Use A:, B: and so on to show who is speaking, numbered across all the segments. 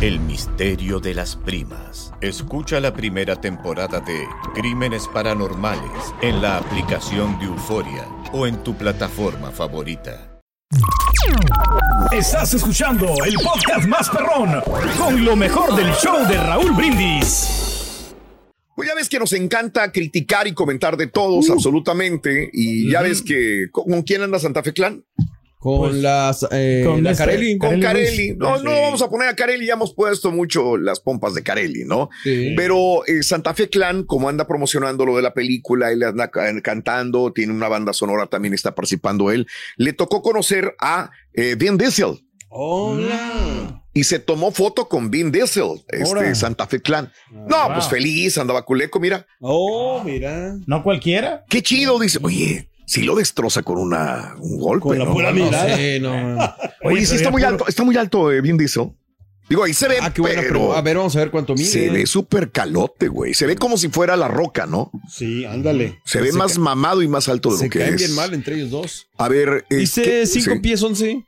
A: El misterio de las primas. Escucha la primera temporada de Crímenes Paranormales en la aplicación de Euforia o en tu plataforma favorita.
B: Estás escuchando el podcast más perrón con lo mejor del show de Raúl Brindis.
C: Pues ya ves que nos encanta criticar y comentar de todos,
B: Uh.
C: absolutamente. Y ya ves que. ¿Con con quién anda Santa Fe Clan?
D: Con las eh,
B: con
D: la
B: esta-
D: Carelli.
C: Con
B: Carelli
C: Carelli.
B: Ruiz. Ah,
C: No,
B: Sí.
C: no vamos a poner a Carelli, ya hemos puesto mucho las pompas de Carelli, ¿no?
D: Sí.
C: Pero eh, Santa Fe Clan, como anda promocionando lo de la película, él anda ca- eh, cantando, tiene una banda sonora, también está participando él. Le tocó conocer a eh, Vin Diesel.
D: Hola.
C: y se tomó foto con Vin Diesel, este
D: Ahora.
C: Santa Fe Clan. No,
B: wow.
C: pues feliz, andaba culeco, mira,
D: Oh, mira.
B: ¿No cualquiera?
C: qué chido, dice, oye, si lo destroza con una, un golpe,
B: Con la
C: ¿no?
B: pura
D: No
B: mirada.
D: sé, Ah, no. Ah, man.
C: Oye, sí
B: se
C: está
B: veía
C: muy
B: puro-
C: alto, está muy alto eh, Vin Diesel. Digo, ahí se ve,
D: Ah, qué buena
C: pero
D: pregunta. A ver, vamos a ver cuánto mide.
C: se ve súper calote, güey. Se ve como si fuera la roca, ¿no?
B: Sí, ándale.
C: Se ve
D: Se
C: más
D: ca-
C: mamado y más alto de
D: Se
C: lo que
D: caen
C: es.
D: bien mal entre ellos dos.
C: A ver, es
D: Dice
C: que-
D: 5
C: sí,
D: pies 11.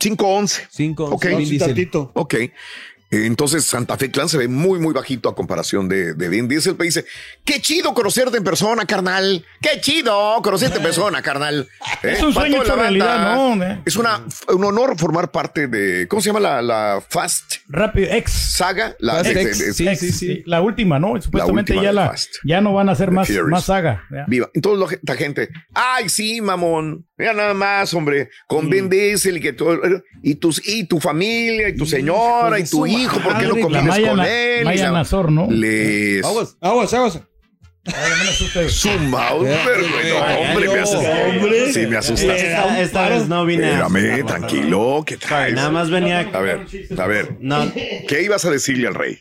C: 5'11".
D: 5.
C: Ok.
B: No,
C: Vin
B: sí, tantito.
C: Ok. Eh, Entonces Santa Fe Clan se ve muy, muy bajito a comparación de, de Vin Diesel. Pero dice, qué chido conocerte en persona, carnal. Qué chido conocerte en persona, carnal. Eh,
B: Es un
C: pa'
B: sueño
C: toda
B: hecho
C: la
B: realidad,
C: banda.
B: ¿no? Eh.
C: Es una, un honor formar parte de, ¿cómo se llama la, la Fast
B: Rápido, ex.
C: Saga? La,
D: Fast
C: de- de-
D: X,
C: de-
D: sí.
B: ex, eh, La última, ¿no? Supuestamente
C: última
B: ya
C: de
B: la
C: Fast.
B: ya no van a hacer
C: The
B: más,
C: Furious.
B: más saga. ya.
C: Viva. Entonces la gente, ay, sí, mamón, mira nada más, hombre, con Vin Diesel y que todo, y tus, y tu familia, y tu señora,
E: pues,
C: y tu hijo, ¿por qué no
B: Madre, la
C: convives
B: Maya,
C: con
B: Na-
C: él? Y
B: Maya
C: la-
B: Nazor, ¿no?
C: les
D: Aguas, aguas, aguas.
B: Ay, no me asustes.
C: Zumba, hombre, güey. No, hombre, me asustas.
E: Hombre.
C: Sí, me asustas.
E: Esta, esta vez eh, no vine a
C: Espérame,
E: asustarla,
C: tranquilo, ¿qué
E: perdón.
C: traes?
E: Nada más venía.
C: A ver, a ver,
E: No,
C: ¿qué ibas a decirle al rey?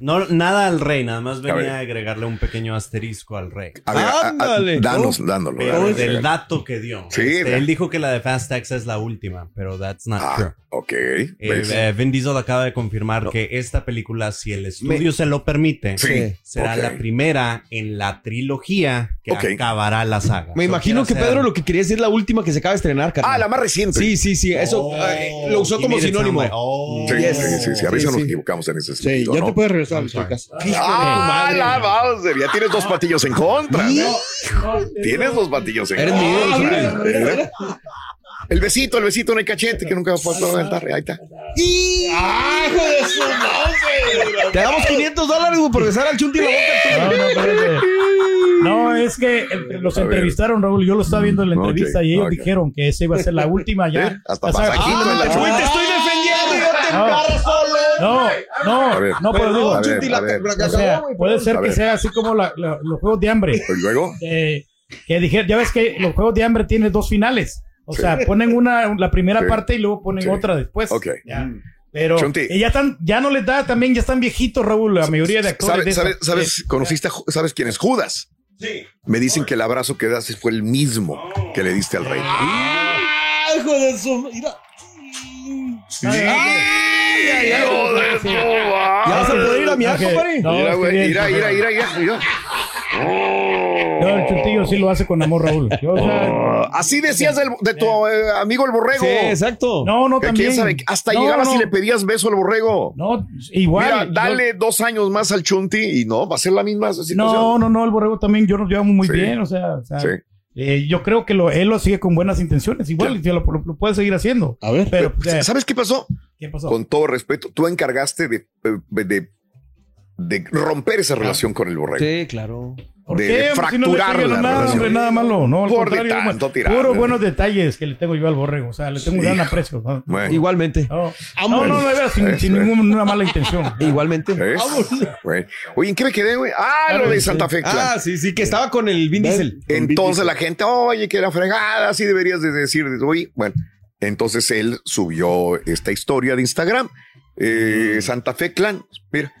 E: no, nada al rey, nada más
C: ver.
E: venía a agregarle un pequeño asterisco al rey.
C: A ver, a- a-
D: Ándale.
C: danos, dándolo.
E: Pero
C: dándolo.
E: del dato que dio.
C: Sí,
E: Este,
C: la-
E: él dijo que la de Fast Tax es la última, pero that's not true.
C: Ah, ok. pues,
E: Eh,
C: ¿ves?
E: eh, Vin Diesel acaba de confirmar que esta película, si el estudio se lo permite,
C: Sí,
E: será
C: ok.
E: la primera en la trilogía que
C: Ok.
E: acabará la saga.
D: Me
E: So,
D: imagino que
E: quiere
D: Pedro
E: hacer-
D: lo que quería decir es la última que se acaba de estrenar, carnal.
C: Ah, la más reciente.
D: Sí, sí, sí. Eso
E: Oh,
D: eh, lo usó
E: He
D: como
E: made it sound
D: sinónimo.
E: like- Oh.
C: Oh. Sí,
D: yes.
C: sí, sí, sí, a veces
D: Sí,
C: nos
D: sí.
C: equivocamos en ese sentido. ¿no?
D: regresar
C: Ah, la Bowser, ya tienes dos patillos en contra. ¿no? Tienes dos patillos en
D: Eres mi
C: contra.
D: ídolo,
C: ¿verdad? El besito, el besito en el cachete que nunca puedo aguantar. Ahí está.
D: Ah, Te damos 500 dólares güey, por besar al chunti en la boca.
B: No, no, espérate. No, es que eh, los
C: A ver.
B: entrevistaron, Raúl. Yo lo estaba viendo en la
C: Ok,
B: entrevista y ellos
C: ok.
B: dijeron que esa iba a ser la última ya.
C: ¿Eh? Hasta
B: La saga-
C: masajito en la
B: Ah,
C: chula.
B: güey,
D: estoy defendiendo, yo te
B: No. No,
C: A ver.
B: no, no, pero digo,
C: A ver,
D: Chunti, la-
C: a ver.
D: la
B: o
D: cagada,
B: sea,
D: güey,
B: puede ser
C: A
B: que
C: ver.
B: sea así como la- la- los juegos de hambre.
C: Y luego,
B: eh, que dijeron, ya ves que los juegos de hambre tienen dos finales. O
C: Sí.
B: sea, ponen una, la primera
C: Sí.
B: parte y luego ponen
C: Sí.
B: otra después.
C: Ok.
B: Ya. Pero
C: Chunti.
B: eh, ya están, ya no les da también, ya están viejitos, Raúl, la mayoría de actores. de
C: ¿Sabes,
B: esa-
C: sabes, sabes-
B: eh,
C: conociste, a Ju- sabes quién es Judas? Sí. Me dicen que el abrazo que das fue el mismo que le diste al rey.
D: Ah, hijo de su. Mira.
C: Ah, ¡Hijo de tu
B: sí.
C: madre!
D: Ya se puede ir a miar,
B: Ok.
D: compadre.
B: Ah, No,
C: Mira,
B: estoy
C: güey,
B: Oh, bien,
C: mira,
B: estoy
C: mira,
B: bien.
C: mira, mira, mira.
B: No, el chuntillo mío sí lo hace con amor, Raúl. Yo, o sea,
C: Así decías del- de tu eh, amigo el borrego.
F: Sí, exacto.
B: no, no,
C: Que
B: también.
C: quién sabe, hasta
B: No,
C: llegabas
B: no,
C: y le pedías beso al borrego.
B: No, igual.
C: Mira,
B: yo-
C: dale dos años más al Chunti y no, va a ser la misma situación.
B: No, no, no, el borrego también yo nos llevamos muy
C: Sí.
B: bien, o sea, o sea,
C: Sí.
B: eh, yo creo que lo, él lo sigue con buenas intenciones, igual y lo, lo- lo puede seguir haciendo.
F: A ver.
B: Pero, o sea,
C: ¿Sabes qué pasó?
B: ¿qué pasó?
C: pues, Con todo respeto, tú encargaste de, de, de romper
B: Ah.
C: esa relación con el borrego.
F: Sí, claro.
B: ¿Por
C: de-
B: qué?
C: de
B: Hombre, si no le
C: fracturar
B: estoy viendo
C: la
B: nada,
C: relación.
B: hombre, nada malo, no, al
C: Por
B: contrario,
C: de
B: yo,
C: tanto
B: man,
C: tirar,
B: puros
C: ¿no?
B: buenos detalles que le tengo yo al borrego, o sea, le tengo un gran aprecio. No,
C: Bueno,
F: Igualmente.
B: no,
C: Ah,
B: no, no, de veras, sin, sin ninguna mala intención.
F: Igualmente.
C: ¿ves? Bueno. Oye, ¿en qué me quedé, güey? Ah, lo de Santa Fe, claro.
F: Ah, sí, sí, que estaba con el Vin Diesel.
C: Entonces la gente, oye, que era fregada, así deberías de decir, oye, bueno, entonces él subió esta historia de Instagram, eh, Santa Fe Clan, mira,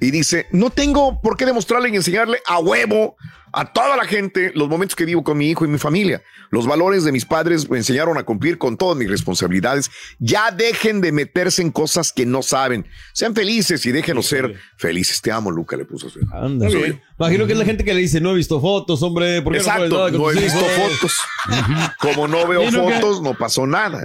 C: y dice, no tengo por qué demostrarle y enseñarle a huevo a toda la gente los momentos que vivo con mi hijo y mi familia. Los valores de mis padres me enseñaron a cumplir con todas mis responsabilidades. Ya dejen de meterse en cosas que no saben. Sean felices y déjenos ser felices. Te amo, Luca, le puso. así.
F: Anda.
C: Sí.
F: Imagino que es la gente que le dice, no he visto fotos, hombre. ¿por qué
C: Exacto,
F: no,
C: no,
F: puedes nada con tus
C: he visto
F: hijos?"
C: fotos. Como no veo
B: Sí, no, que-
C: fotos, no pasó nada.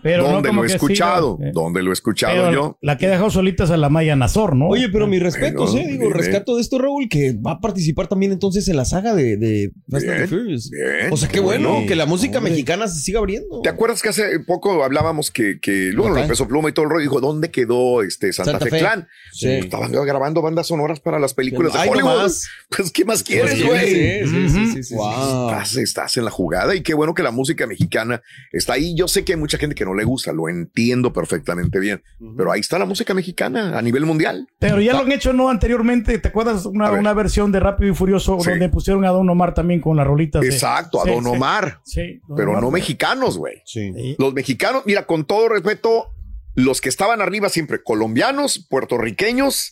B: Pero no
C: ¿Dónde
B: como
C: lo he
B: que sí,
C: escuchado?
B: ¿no? Eh,
C: ¿Dónde lo he escuchado
B: pero
C: yo?
B: La que dejó solitas a la Maya Nazor, ¿no?
F: Oye, pero mis respetos,
C: Bueno,
F: eh. Digo,
C: bien,
F: rescato de esto, Raúl, que va a participar también entonces en la saga de, de Fast and
C: Bien,
F: Furious.
C: bien,
F: o sea, qué
C: qué
F: bueno,
C: bueno.
F: que la música mexicana se siga abriendo.
C: ¿Te acuerdas que hace poco hablábamos que, que luego lo
F: Ajá.
C: empezó Pluma y todo el rollo? Dijo, ¿dónde quedó este Santa,
F: Santa
C: Fe,
F: Fe.
C: Clan?
F: Sí.
C: Estaban grabando bandas sonoras para las películas de
F: Ay, no
C: Hollywood.
F: más.
C: Pues, ¿qué más quieres,
F: Sí, Ah.
C: güey?
F: sí, sí, sí, sí, sí. Wow.
C: Estás, estás en la jugada y qué bueno que la música mexicana está ahí. Yo sé que hay mucha gente que no le gusta, lo entiendo perfectamente bien, pero ahí está la música mexicana a nivel mundial.
B: Pero ya lo han hecho, ¿no? Anteriormente, ¿te acuerdas una,
C: A ver.
B: una versión de Rápido y Furioso
C: Sí.
B: donde pusieron a Don Omar también con las rolitas? de-
C: Exacto, a
B: Sí,
C: Don
B: sí,
C: Omar,
B: sí, Don
C: pero
B: Omar.
C: no mexicanos, güey.
F: Sí.
B: Sí.
C: Los mexicanos, mira, con todo respeto, los que estaban arriba siempre, colombianos, puertorriqueños,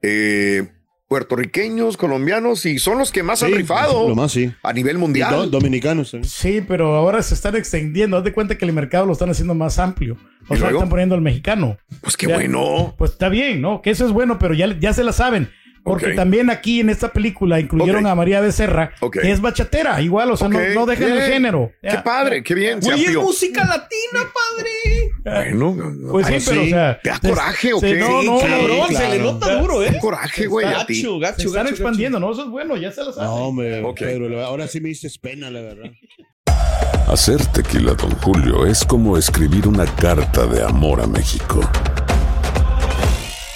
C: eh, puertorriqueños, colombianos, y son los que más han rifado
E: sí.
C: a nivel mundial.
E: dominicanos.
B: Sí, pero ahora se están extendiendo. Haz de cuenta que el mercado lo están haciendo más amplio. O
C: ¿Y
B: sea,
C: luego?
B: están poniendo al mexicano.
C: pues qué
B: Ya.
C: bueno.
B: Pues está bien, ¿no? Que eso es bueno, pero ya, ya se la saben. Porque
C: Ok.
B: también aquí en esta película incluyeron
C: Ok.
B: a María Becerra,
C: Ok.
B: que es bachatera, igual, o sea, no-
C: Ok,
B: no, dejan el
C: bien.
B: género.
C: Qué
B: Ya.
C: padre, qué bien. se
F: Oye, es
C: amplió.
F: música latina, padre.
C: Bueno, no, no,
B: Pues sí,
C: ay,
B: pero, o sea,
C: ¿Te da
B: se-
C: coraje o
B: se-
C: qué?
B: No,
C: Sí,
B: no,
C: claro.
F: Cabrón, se
E: claro.
F: le nota duro, eh.
C: coraje, güey, a ti.
F: Gacho, gacho,
C: Oh.
B: se
F: gacho,
B: están
F: gacho.
B: expandiendo, ¿no? Eso es bueno, ya se la saben.
E: No, hombre,
C: Ok.
E: Pedro, la- ahora sí me dices pena, la verdad.
G: Hacer tequila, Don Julio, es como escribir una carta de amor a México.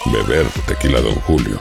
G: Beber tequila, Don Julio,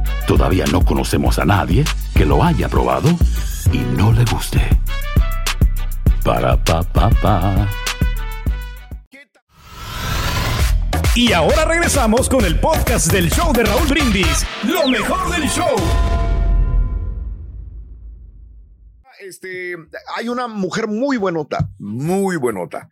H: todavía no conocemos a nadie que lo haya probado y no le guste. Para pa pa pa.
I: Y ahora regresamos con el podcast del show de Raúl Brindis. Lo mejor del show.
C: Este, hay una mujer muy buenota, muy buenota.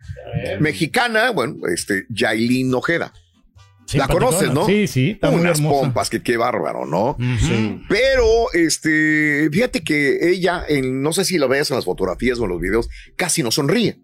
C: Mexicana, bueno, este, Yailin Ojeda. La
B: Simpaticona.
C: conoces, ¿no?
B: Sí, sí, está muy
C: Unas
B: hermosa.
C: pompas, que qué bárbaro, ¿no?
B: Ujú.
C: Pero, este, fíjate que ella, en, no sé si la veas en las fotografías o en los videos, casi no sonríe.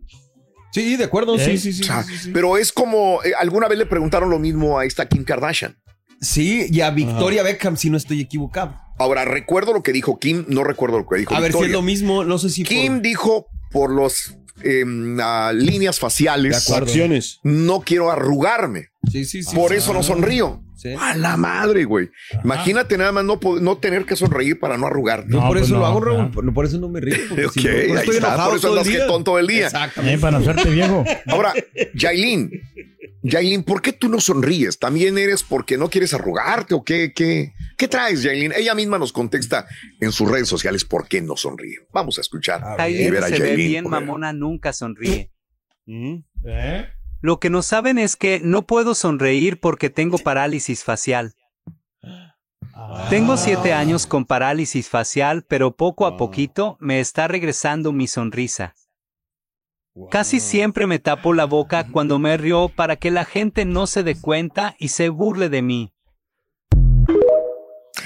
F: Sí, de acuerdo,
B: ¿Eh?
F: sí, sí, sí.
C: O sea,
F: sí, sí.
C: Pero es como, eh, alguna vez le preguntaron lo mismo a esta Kim Kardashian.
F: Sí, y a Victoria Beckham, si no estoy equivocado.
C: Ahora, recuerdo lo que dijo Kim, no recuerdo lo que dijo
F: A ver si es
C: Victoria.
F: lo mismo, no sé si.
C: Kim
F: por-
C: dijo por las líneas
F: De
C: faciales,
F: acuerdo.
E: Acciones.
C: no quiero arrugarme.
F: Sí, sí, sí.
C: Por
F: sí. Ah.
C: eso no sonrío.
F: Sí.
C: A la madre, güey. Imagínate nada más no, po- no tener que sonreír para no arrugar.
F: Yo
B: No,
F: por
B: pues
F: eso
B: no,
F: lo hago, Raúl.
B: claro.
F: Por, por eso no me río. porque
C: Ok,
F: pues, si no, no
C: ahí
F: estoy
C: está,
F: enojado
C: por eso
F: todo
C: andas
F: el día.
C: jetón todo el día.
B: Eh,
F: Exactamente.
B: para hacerte viejo.
C: Ahora, Yailin, Yailin, ¿por qué tú no sonríes? ¿También eres porque no quieres arrugarte o qué? ¿Qué, qué traes, Yailin? Ella misma nos contesta en sus redes sociales por qué no sonríe. Vamos a escuchar y ver a
H: Ah, se ve
C: Yailin.
H: bien
C: por ahí.
H: mamona, nunca sonríe.
B: ¿Eh?
H: Lo que no saben es que no puedo sonreír porque tengo parálisis facial. Tengo siete años con parálisis facial, pero poco a poquito me está regresando mi sonrisa.
J: Casi siempre me tapo la boca cuando me río para que la gente no se dé cuenta y se burle de mí.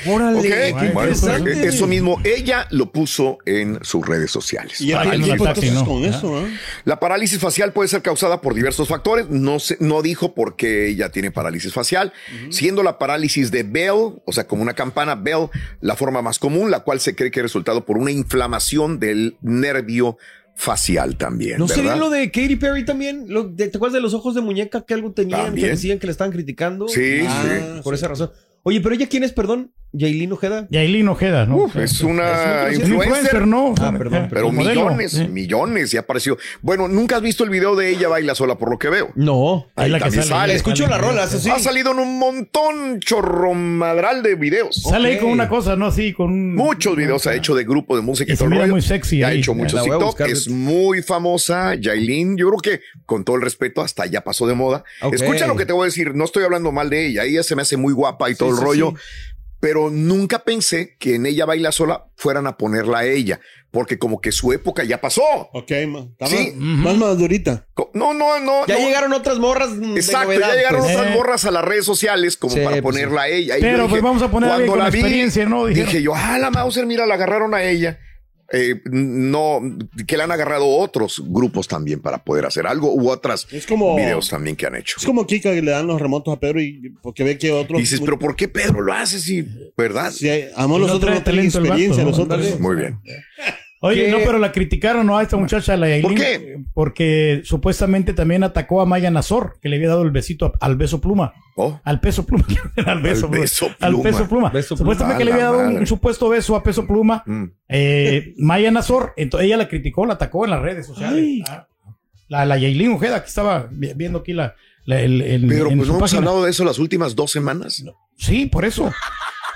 C: Ok, qué
B: pues,
C: interesante. Eh, Eso mismo, ella lo puso en sus redes sociales.
D: Y ya tiene tiempo entonces con
C: Ya.
D: eso, ¿eh?
C: La parálisis facial puede ser causada por diversos factores. No, se- no dijo por qué ella tiene parálisis facial, siendo la parálisis de Bell, o sea, como una campana Bell, la forma más común, la cual se cree que es resultado por una inflamación del nervio facial también.
D: ¿No sería
C: ¿verdad?
D: lo de Katy Perry también? Lo de- ¿Te acuerdas de los ojos de muñeca que algo tenían?
C: También.
D: Que decían que le estaban criticando.
C: Sí,
D: Ah,
C: sí.
D: Por esa razón. Oye, pero ella quién es, perdón? Yailin Ojeda.
B: Yailin Ojeda, ¿no?
C: Uf, es una
D: Es un
C: influencer,
B: influencer, ¿no?
C: Ah, perdón, pero
B: modelo.
C: millones, millones y apareció. Bueno, nunca has visto el video de ella baila sola por lo que veo.
D: No,
C: ahí
D: es la que
C: también
D: sale.
C: sale.
D: Escucho la rola, eso sí.
C: Ha salido en un montón chorromadral de videos.
B: Sale ahí con una cosa, ¿no? Así, con un...
C: Muchos videos ha hecho de grupo de música y,
B: Y se
C: todo el
B: mira
C: rollo.
B: muy sexy
C: Ha
B: ahí.
C: hecho muchos
B: La voy a
C: TikTok.
B: buscar.
C: Es muy famosa, Yailin. Yo creo que, con todo el respeto, hasta ya pasó de moda.
D: Ok.
C: Escucha lo que te voy a decir. No estoy hablando mal de ella. Ella se me hace muy guapa y todo el
D: sí,
C: rollo. Pero nunca pensé que en ella baila sola fueran a ponerla a ella, porque como que su época ya pasó.
D: Ok, man.
C: Está Sí.
D: más, madurita.
C: No, no, no.
D: Ya
C: no.
D: llegaron otras morras. mm, de
C: Exacto,
D: novedad,
C: ya llegaron
D: pues.
C: otras morras a las redes sociales como
D: Sí,
C: para
D: pues,
C: ponerla a
D: sí.
C: ella. Y
D: Pero,
C: yo
D: pues, vamos a poner a alguien
C: cuando
D: con
C: la vi,
D: experiencia, ¿no?
C: Dije,
D: Dijeron.
C: yo, ah, la Mauser, mira, la agarraron a ella. Eh, no, que la han agarrado otros grupos también para poder hacer algo u otras
D: como-
C: videos también que han hecho.
D: Es como Kika que le dan los remotos a Pedro y porque ve que otros.
C: Y dices, pero ¿por qué Pedro lo hace si, verdad?
D: Sí, amo los otros, no traen
B: talento el vato,
D: experiencia,
B: ¿no?
D: nosotros.
B: Ándale.
C: Muy bien.
B: Oye,
D: ¿Qué?
B: no, pero la criticaron, ¿no? A esta muchacha, la Yailin. ¿Por qué? Porque supuestamente también atacó a Maya Nazor, que le había dado el besito a- al beso pluma. Al peso pluma. al beso
C: Oh, Al
B: pluma.
C: beso
B: Al
C: pluma.
B: peso pluma.
C: Beso pluma.
B: Supuestamente que le
C: A
B: había
C: la
B: dado un-
C: madre. Mm.
B: un supuesto beso a peso pluma. Eh, Maya Nazor. Entonces ella la criticó, la atacó en las redes sociales. Ah. La, la Yailin Ojeda, que estaba vi- viendo aquí la. la- el, el-
C: Pero
B: en
C: pues
B: su
C: no hemos
B: página.
C: hablado de eso las últimas dos semanas.
B: Sí, por eso.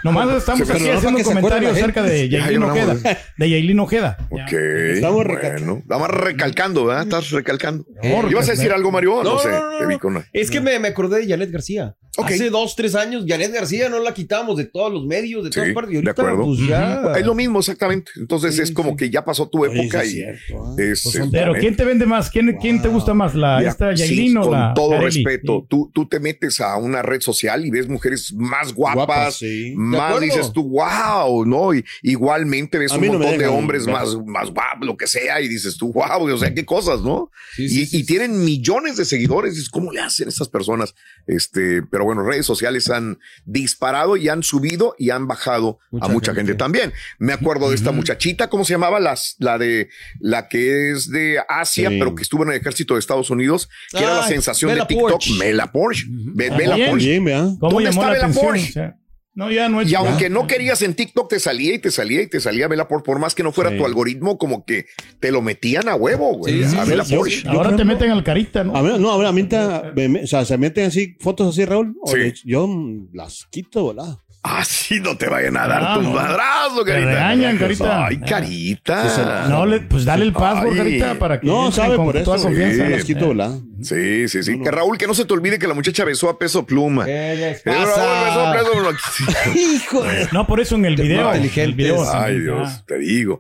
B: Nomás estamos
C: Pero
B: aquí
C: no, para
B: haciendo
C: que se
B: comentarios
C: acuerde la
B: acerca de
C: gente. Ya,
B: Yailin
C: ya hablamos
B: Ojeda. De Yailin Ojeda.
C: Ok.
B: Estamos
C: bueno, nada más recalcando, ¿verdad? Estás recalcando.
D: Eh,
C: ¿Y vas a decir algo, Mario? No,
D: No,
C: sé.
D: no, no,
C: te
D: no.
C: vi con una-
D: Es que me, me acordé de Janet García. Hace dos, tres años, Janet García no la quitamos de todos los medios, de
C: Sí,
D: todas partes. Y
C: de
D: ahorita,
C: acuerdo.
D: pues ya.
C: Es lo mismo, exactamente. Entonces es como que ya pasó tu época
D: sí es
C: y
D: cierto, ¿eh? Pues,
C: es- es-
B: Pero ¿quién te vende más? ¿Quién, quién te gusta más? ¿La
C: Mira,
B: esta
C: sí,
B: Yailin o
C: con
B: la
C: todo
B: Carelli?
C: respeto, tú, tú te metes a una red social y ves mujeres más guapas,
D: Guapas, sí. De
C: más
D: acuerdo.
C: dices tú, wow, ¿no? Y igualmente ves
D: A
C: un
D: mí no me
C: montón de
D: dejan Mm.
C: hombres
D: ver.
C: más, más guapos, lo que sea, y dices tú, wow, o sea, qué cosas, ¿no? y, y tienen millones de seguidores, dices, ¿cómo le hacen estas personas? Este, pero bueno, redes sociales han disparado y han subido y han bajado a mucha gente. también. Me acuerdo de esta muchachita, ¿cómo se llamaba? Las, la de la que es de Asia,
D: Sí.
C: pero que estuvo en el ejército de Estados Unidos, que era la
D: Ah,
C: sensación
D: Bella
C: de TikTok,
D: Poarch.
C: Mela Porsche.
B: También.
C: Mela Porsche.
D: Ah, Bien, ¿verdad?
B: ¿Cómo
C: ¿Dónde está
B: llamó la
C: Bella
B: atención?
C: Porsche?
B: O sea, no, ya no es.
C: Y aunque
B: ya.
C: no querías en TikTok, te salía y te salía y te salía Bella Porsche, por más que no fuera tu algoritmo, como que te lo metían a huevo, güey,
D: Sí, sí,
C: a
D: sí,
C: Bella
D: sí,
C: Porsche.
D: sí.
B: Ahora te meten al carita,
C: Ah,
B: ¿no?
D: A ver, no, a ver, a mí ta- me- me- o sea, se meten así, fotos así, Raúl. o
C: Sí.
D: de- yo mm, las quito, volada.
C: Así no te vayan a dar
B: Ah,
C: tu
B: no.
C: madrazo,
B: Te
C: carita.
B: regañan, carita.
C: Ay, carita.
B: Sí, se la- No, le- pues dale el password, carita, para que
D: No,
B: entren
D: sabe,
B: con
D: por eso.
B: toda confianza.
D: Las quito, volada.
C: Sí, sí, sí. Que Raúl, que no se te olvide que la muchacha besó a peso pluma. Pero Raúl besó a peso pluma.
D: Hijo de...
B: No, por eso en el video.
C: No,
B: el video
C: Ay, Dios,
B: Ah,
C: te digo.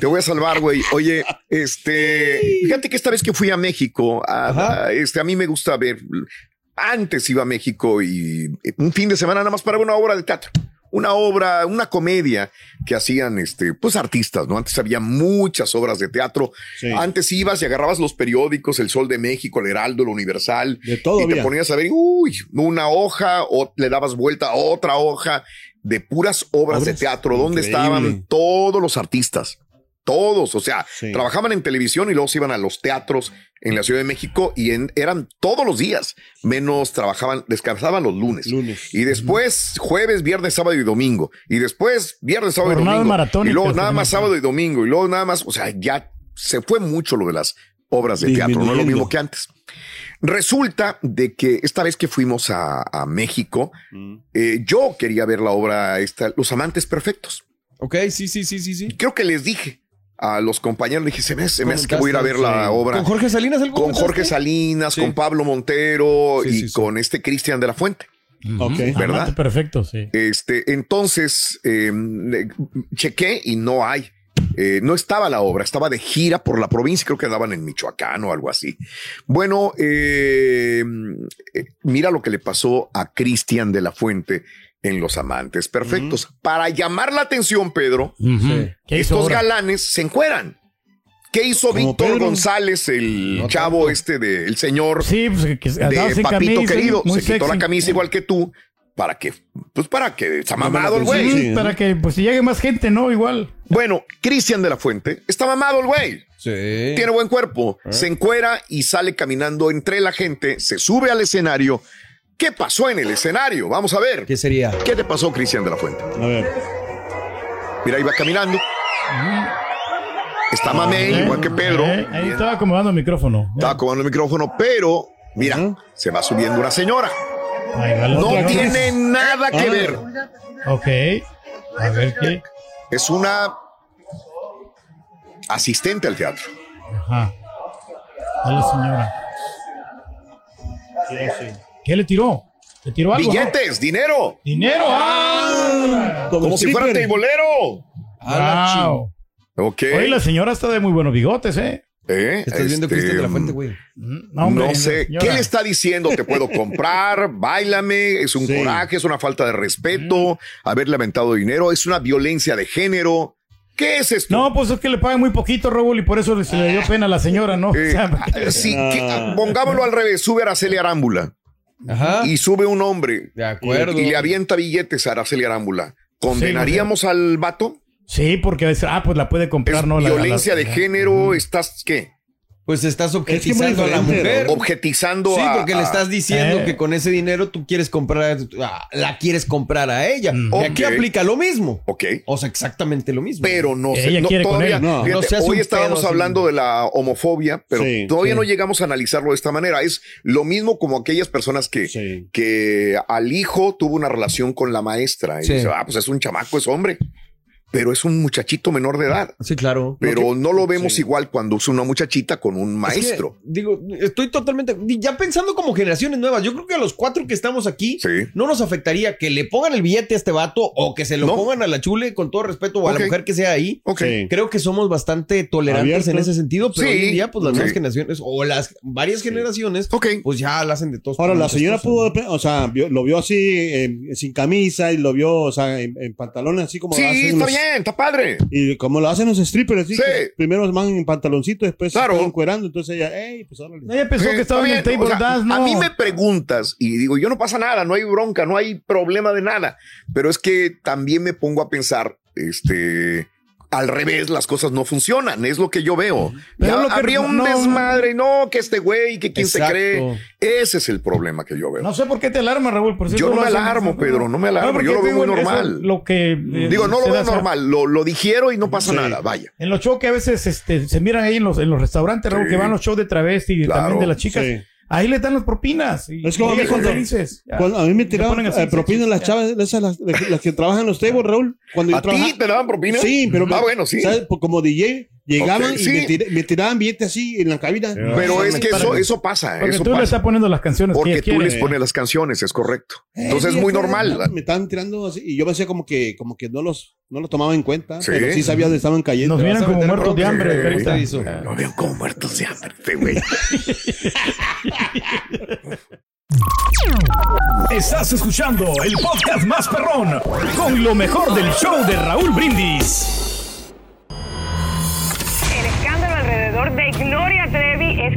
C: Te voy a salvar, güey. Oye, este, fíjate que esta vez que fui a México, a, a- este, a mí me gusta ver. Antes iba a México y eh, un fin de semana nada más para ver una obra de teatro. Una obra, una comedia que hacían este, pues artistas, ¿no? Antes había muchas obras de teatro. Antes ibas y agarrabas los periódicos, El Sol de México, El Heraldo, El Universal,
D: De todo
C: y te
D: había.
C: ponías a ver, uy, una hoja, o le dabas vuelta a otra hoja de puras obras, de teatro, donde
D: Increíble.
C: estaban todos los artistas. Todos, o sea, trabajaban en televisión y luego se iban a los teatros en la Ciudad de México y en- eran todos los días, menos trabajaban, descansaban los lunes. Y después jueves, viernes, sábado y domingo. Y después viernes, sábado y
B: Jornadas
C: domingo. Y
B: maratónicas
C: luego nada
B: también,
C: más
B: sí.
C: sábado y domingo. Y luego nada más, o sea, ya se fue mucho lo de las obras de teatro, no es lo mismo que antes. Resulta de que esta vez que fuimos a, a México, eh, yo quería ver la obra esta, Los Amantes Perfectos.
D: Ok, sí, sí, sí, sí, sí.
C: Creo que les dije a los compañeros, les dije, se me, hace- se me hace que voy a ir a ver
D: Sí.
C: la obra.
D: ¿Con Jorge Salinas algo
C: Con Jorge
D: comentaste?
C: Salinas, con Pablo Montero y con este Cristian de la Fuente.
B: Ok.
C: ¿Verdad?
B: Amante perfecto, sí.
C: Este, entonces eh, le- chequé em, y no hay. Eh, no estaba la obra, estaba de gira por la provincia, creo que andaban en Michoacán o algo así. Bueno, eh, eh, mira lo que le pasó a Cristian de la Fuente en Los Amantes Perfectos. Para llamar la atención, Pedro,
B: ¿Qué hizo
C: estos
B: ahora?
C: galanes se encueran. ¿Qué hizo
B: Como
C: Víctor
B: Pedro.
C: González, el chavo este del señor
B: pues, andaba
C: de
B: sin
C: Papito
B: camisa,
C: querido?
B: muy
C: Se quitó la
B: sexy.
C: camisa igual que tú. ¿Para que Pues para que se ha
B: Llama la
C: mamado el
B: atención.
C: güey.
B: Sí, para que pues si llegue más gente, ¿no? Igual.
C: Bueno, Cristian de la Fuente está mamado el güey. Tiene buen cuerpo. Se encuera y sale caminando entre la gente, se sube al escenario. ¿Qué pasó en el escenario? Vamos a ver. ¿Qué sería? ¿Qué te pasó, Cristian de la Fuente? A ver. Mira, iba caminando. Está mamé,
B: Eh,
C: igual que Pedro.
B: eh, ahí
C: Bien.
B: estaba acomodando el micrófono.
C: Estaba acomodando el micrófono, pero mira, se va subiendo una señora.
B: Ahí va la
C: No
B: otra.
C: tiene nada que
B: Ah.
C: ver.
B: Ok. A ver qué.
C: Es una asistente al teatro.
B: Ajá. A la señora. ¿Qué le tiró? ¿Le tiró algo?
C: Billetes, dinero.
B: Dinero. ¡Ah!
C: Como, si fuera teibolero.
B: Wow.
C: Ok.
B: Ah. Oye, la señora está de muy buenos bigotes, ¿eh?
C: Eh,
B: Estás viendo
C: este,
B: Cristian de la Fuente,
D: güey.
B: No, hombre,
C: no sé,
B: señora.
C: ¿qué le está diciendo? Te puedo comprar, bailame, es un coraje, es una falta de respeto,
B: Mm.
C: haber lamentado dinero, es una violencia de género. ¿Qué es esto?
B: No, pues es que le pagan muy poquito, Raúl, y por eso se le dio pena a la señora, ¿no? O sea, porque-
C: Eh, ah, Sí, que- pongámoslo al revés, sube Araceli Arámbula. Y sube un hombre.
B: Ah. acuerdo.
C: Y, y le avienta billetes a Araceli Arámbula. ¿Condenaríamos al vato?
B: Sí, porque va a decir, ah, pues la puede comprar, ¿no? La- la-
C: violencia
B: la-
C: de género, ¿estás qué?
D: Pues estás
C: Es que
D: objetizando
C: muy
D: a la
C: diferente,
D: mujer.
C: ¿no? Objetizando
D: Sí,
C: a-
D: porque le
C: a-
D: estás diciendo
C: Eh.
D: que con ese dinero tú quieres comprar, a- la quieres comprar a ella.
C: Mm.
D: Y aquí
C: Ok.
D: aplica lo mismo.
C: Ok.
D: O sea, exactamente lo mismo.
C: Pero no sé, no, todavía,
D: No,
C: fíjate,
D: no seas
C: hoy
D: un
C: estábamos
D: pedo,
C: hablando
D: sí.
C: de la homofobia, pero
D: Sí,
C: todavía
D: sí.
C: no llegamos a analizarlo de esta manera. Es lo mismo como aquellas personas que, que al hijo tuvo una relación con la maestra y
D: Sí.
C: dice, ah, pues es un chamaco, es hombre, pero es un muchachito menor de edad.
D: Sí, claro.
C: Pero
D: que-
C: no lo vemos igual cuando es una muchachita con un
D: Es que,
C: maestro.
D: digo, estoy totalmente. Ya pensando como generaciones nuevas, yo creo que a los cuatro que estamos aquí, no nos afectaría que le pongan el billete a este vato o que se lo
C: No.
D: pongan a la chule, con todo respeto, o a
C: Ok.
D: la mujer que sea ahí.
C: Ok. Sí.
D: Creo que somos bastante tolerantes
C: Abiertos.
D: en ese sentido, pero
C: Sí.
D: hoy en día, pues las
C: Sí.
D: nuevas generaciones o las varias generaciones, pues ya la hacen de todos.
K: Ahora, la
D: muchas
K: señora
D: cosas.
K: pudo, o sea, vio- lo vio así, eh, sin camisa, y lo vio, o sea, en, en pantalones, así como
C: Sí,
K: lo hacen
C: está
K: los-
C: bien, está padre.
K: Y como lo hacen los strippers, así,
C: Sí.
K: que primero van en pantaloncito, después
C: Claro.
K: se están encuerando, entonces ella, hey, pues órale.
B: No, ella pensó
C: Sí,
B: que estaba
C: está
B: en el
C: bien,
B: table
C: o sea,
B: dance, ¿no?
C: A mí me preguntas y digo, yo no pasa nada, no hay bronca, no hay problema de nada. Pero es que también me pongo a pensar, este, al revés, las cosas no funcionan, es lo que yo veo.
B: Pero
C: Ya
B: lo que-
C: habría un
B: no.
C: desmadre, no, que este güey, que quien
B: Exacto.
C: se cree. Ese es el problema que yo veo.
B: No sé por qué te alarma, Raúl. Por cierto,
C: Yo no
B: lo
C: me
B: hacen-
C: alarmo, Pedro, no me alarmo,
B: porque
C: yo lo
B: te
C: veo muy
B: digo, eso
C: normal.
B: es Lo que, eh,
C: digo, no
B: se
C: lo veo
B: da-
C: normal, lo, lo digiero y no pasa
B: Sí.
C: nada, vaya.
B: En los shows que a veces este, se miran ahí en los, en los restaurantes, Raúl,
C: Sí.
B: que van los shows de travesti y
C: Claro,
B: también de las chicas.
K: sí.
B: Ahí les dan las propinas. y-
K: Es como a
B: y
K: mí
B: ellas son
K: cuando,
B: felices. Ya.
K: cuando a mí me
B: Se
K: tiraban
B: ponen así,
K: eh, propinas las chavas, esas, las, las que trabajan en los tables, Raúl. Cuando yo
C: ¿A ti
K: trabajaba-
C: te daban propina?
K: Sí, pero
C: Ah, bueno, sí.
K: ¿sabes? Pues Como DJ, llegaban
C: Ok,
K: y me,
C: sí.
K: tir- me tiraban billetes así en la cabina.
C: Pero es que eso, eso pasa,
B: Porque
C: eso
B: tú le
C: pasa.
B: estás poniendo las canciones que
C: Porque
B: ellas
C: tú
B: quieren.
C: les pones las canciones, es correcto.
D: Eh,
C: Entonces es muy normal.
K: Me estaban tirando así y yo me hacía como que, como que no los, no los tomaba en cuenta.
C: Sí.
K: Pero sí sabía dónde estaban cayendo.
B: Nos miran
K: Vas a
B: como
K: meter
B: muertos de
K: propina.
B: hambre.
K: Sí.
B: Carita.
C: Lo veo como muertos de hambre, este güey.
I: Estás escuchando el podcast más perrón con lo mejor del show de Raúl Brindis.
L: El escándalo alrededor de Gloria Trevi es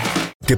M: ¿Te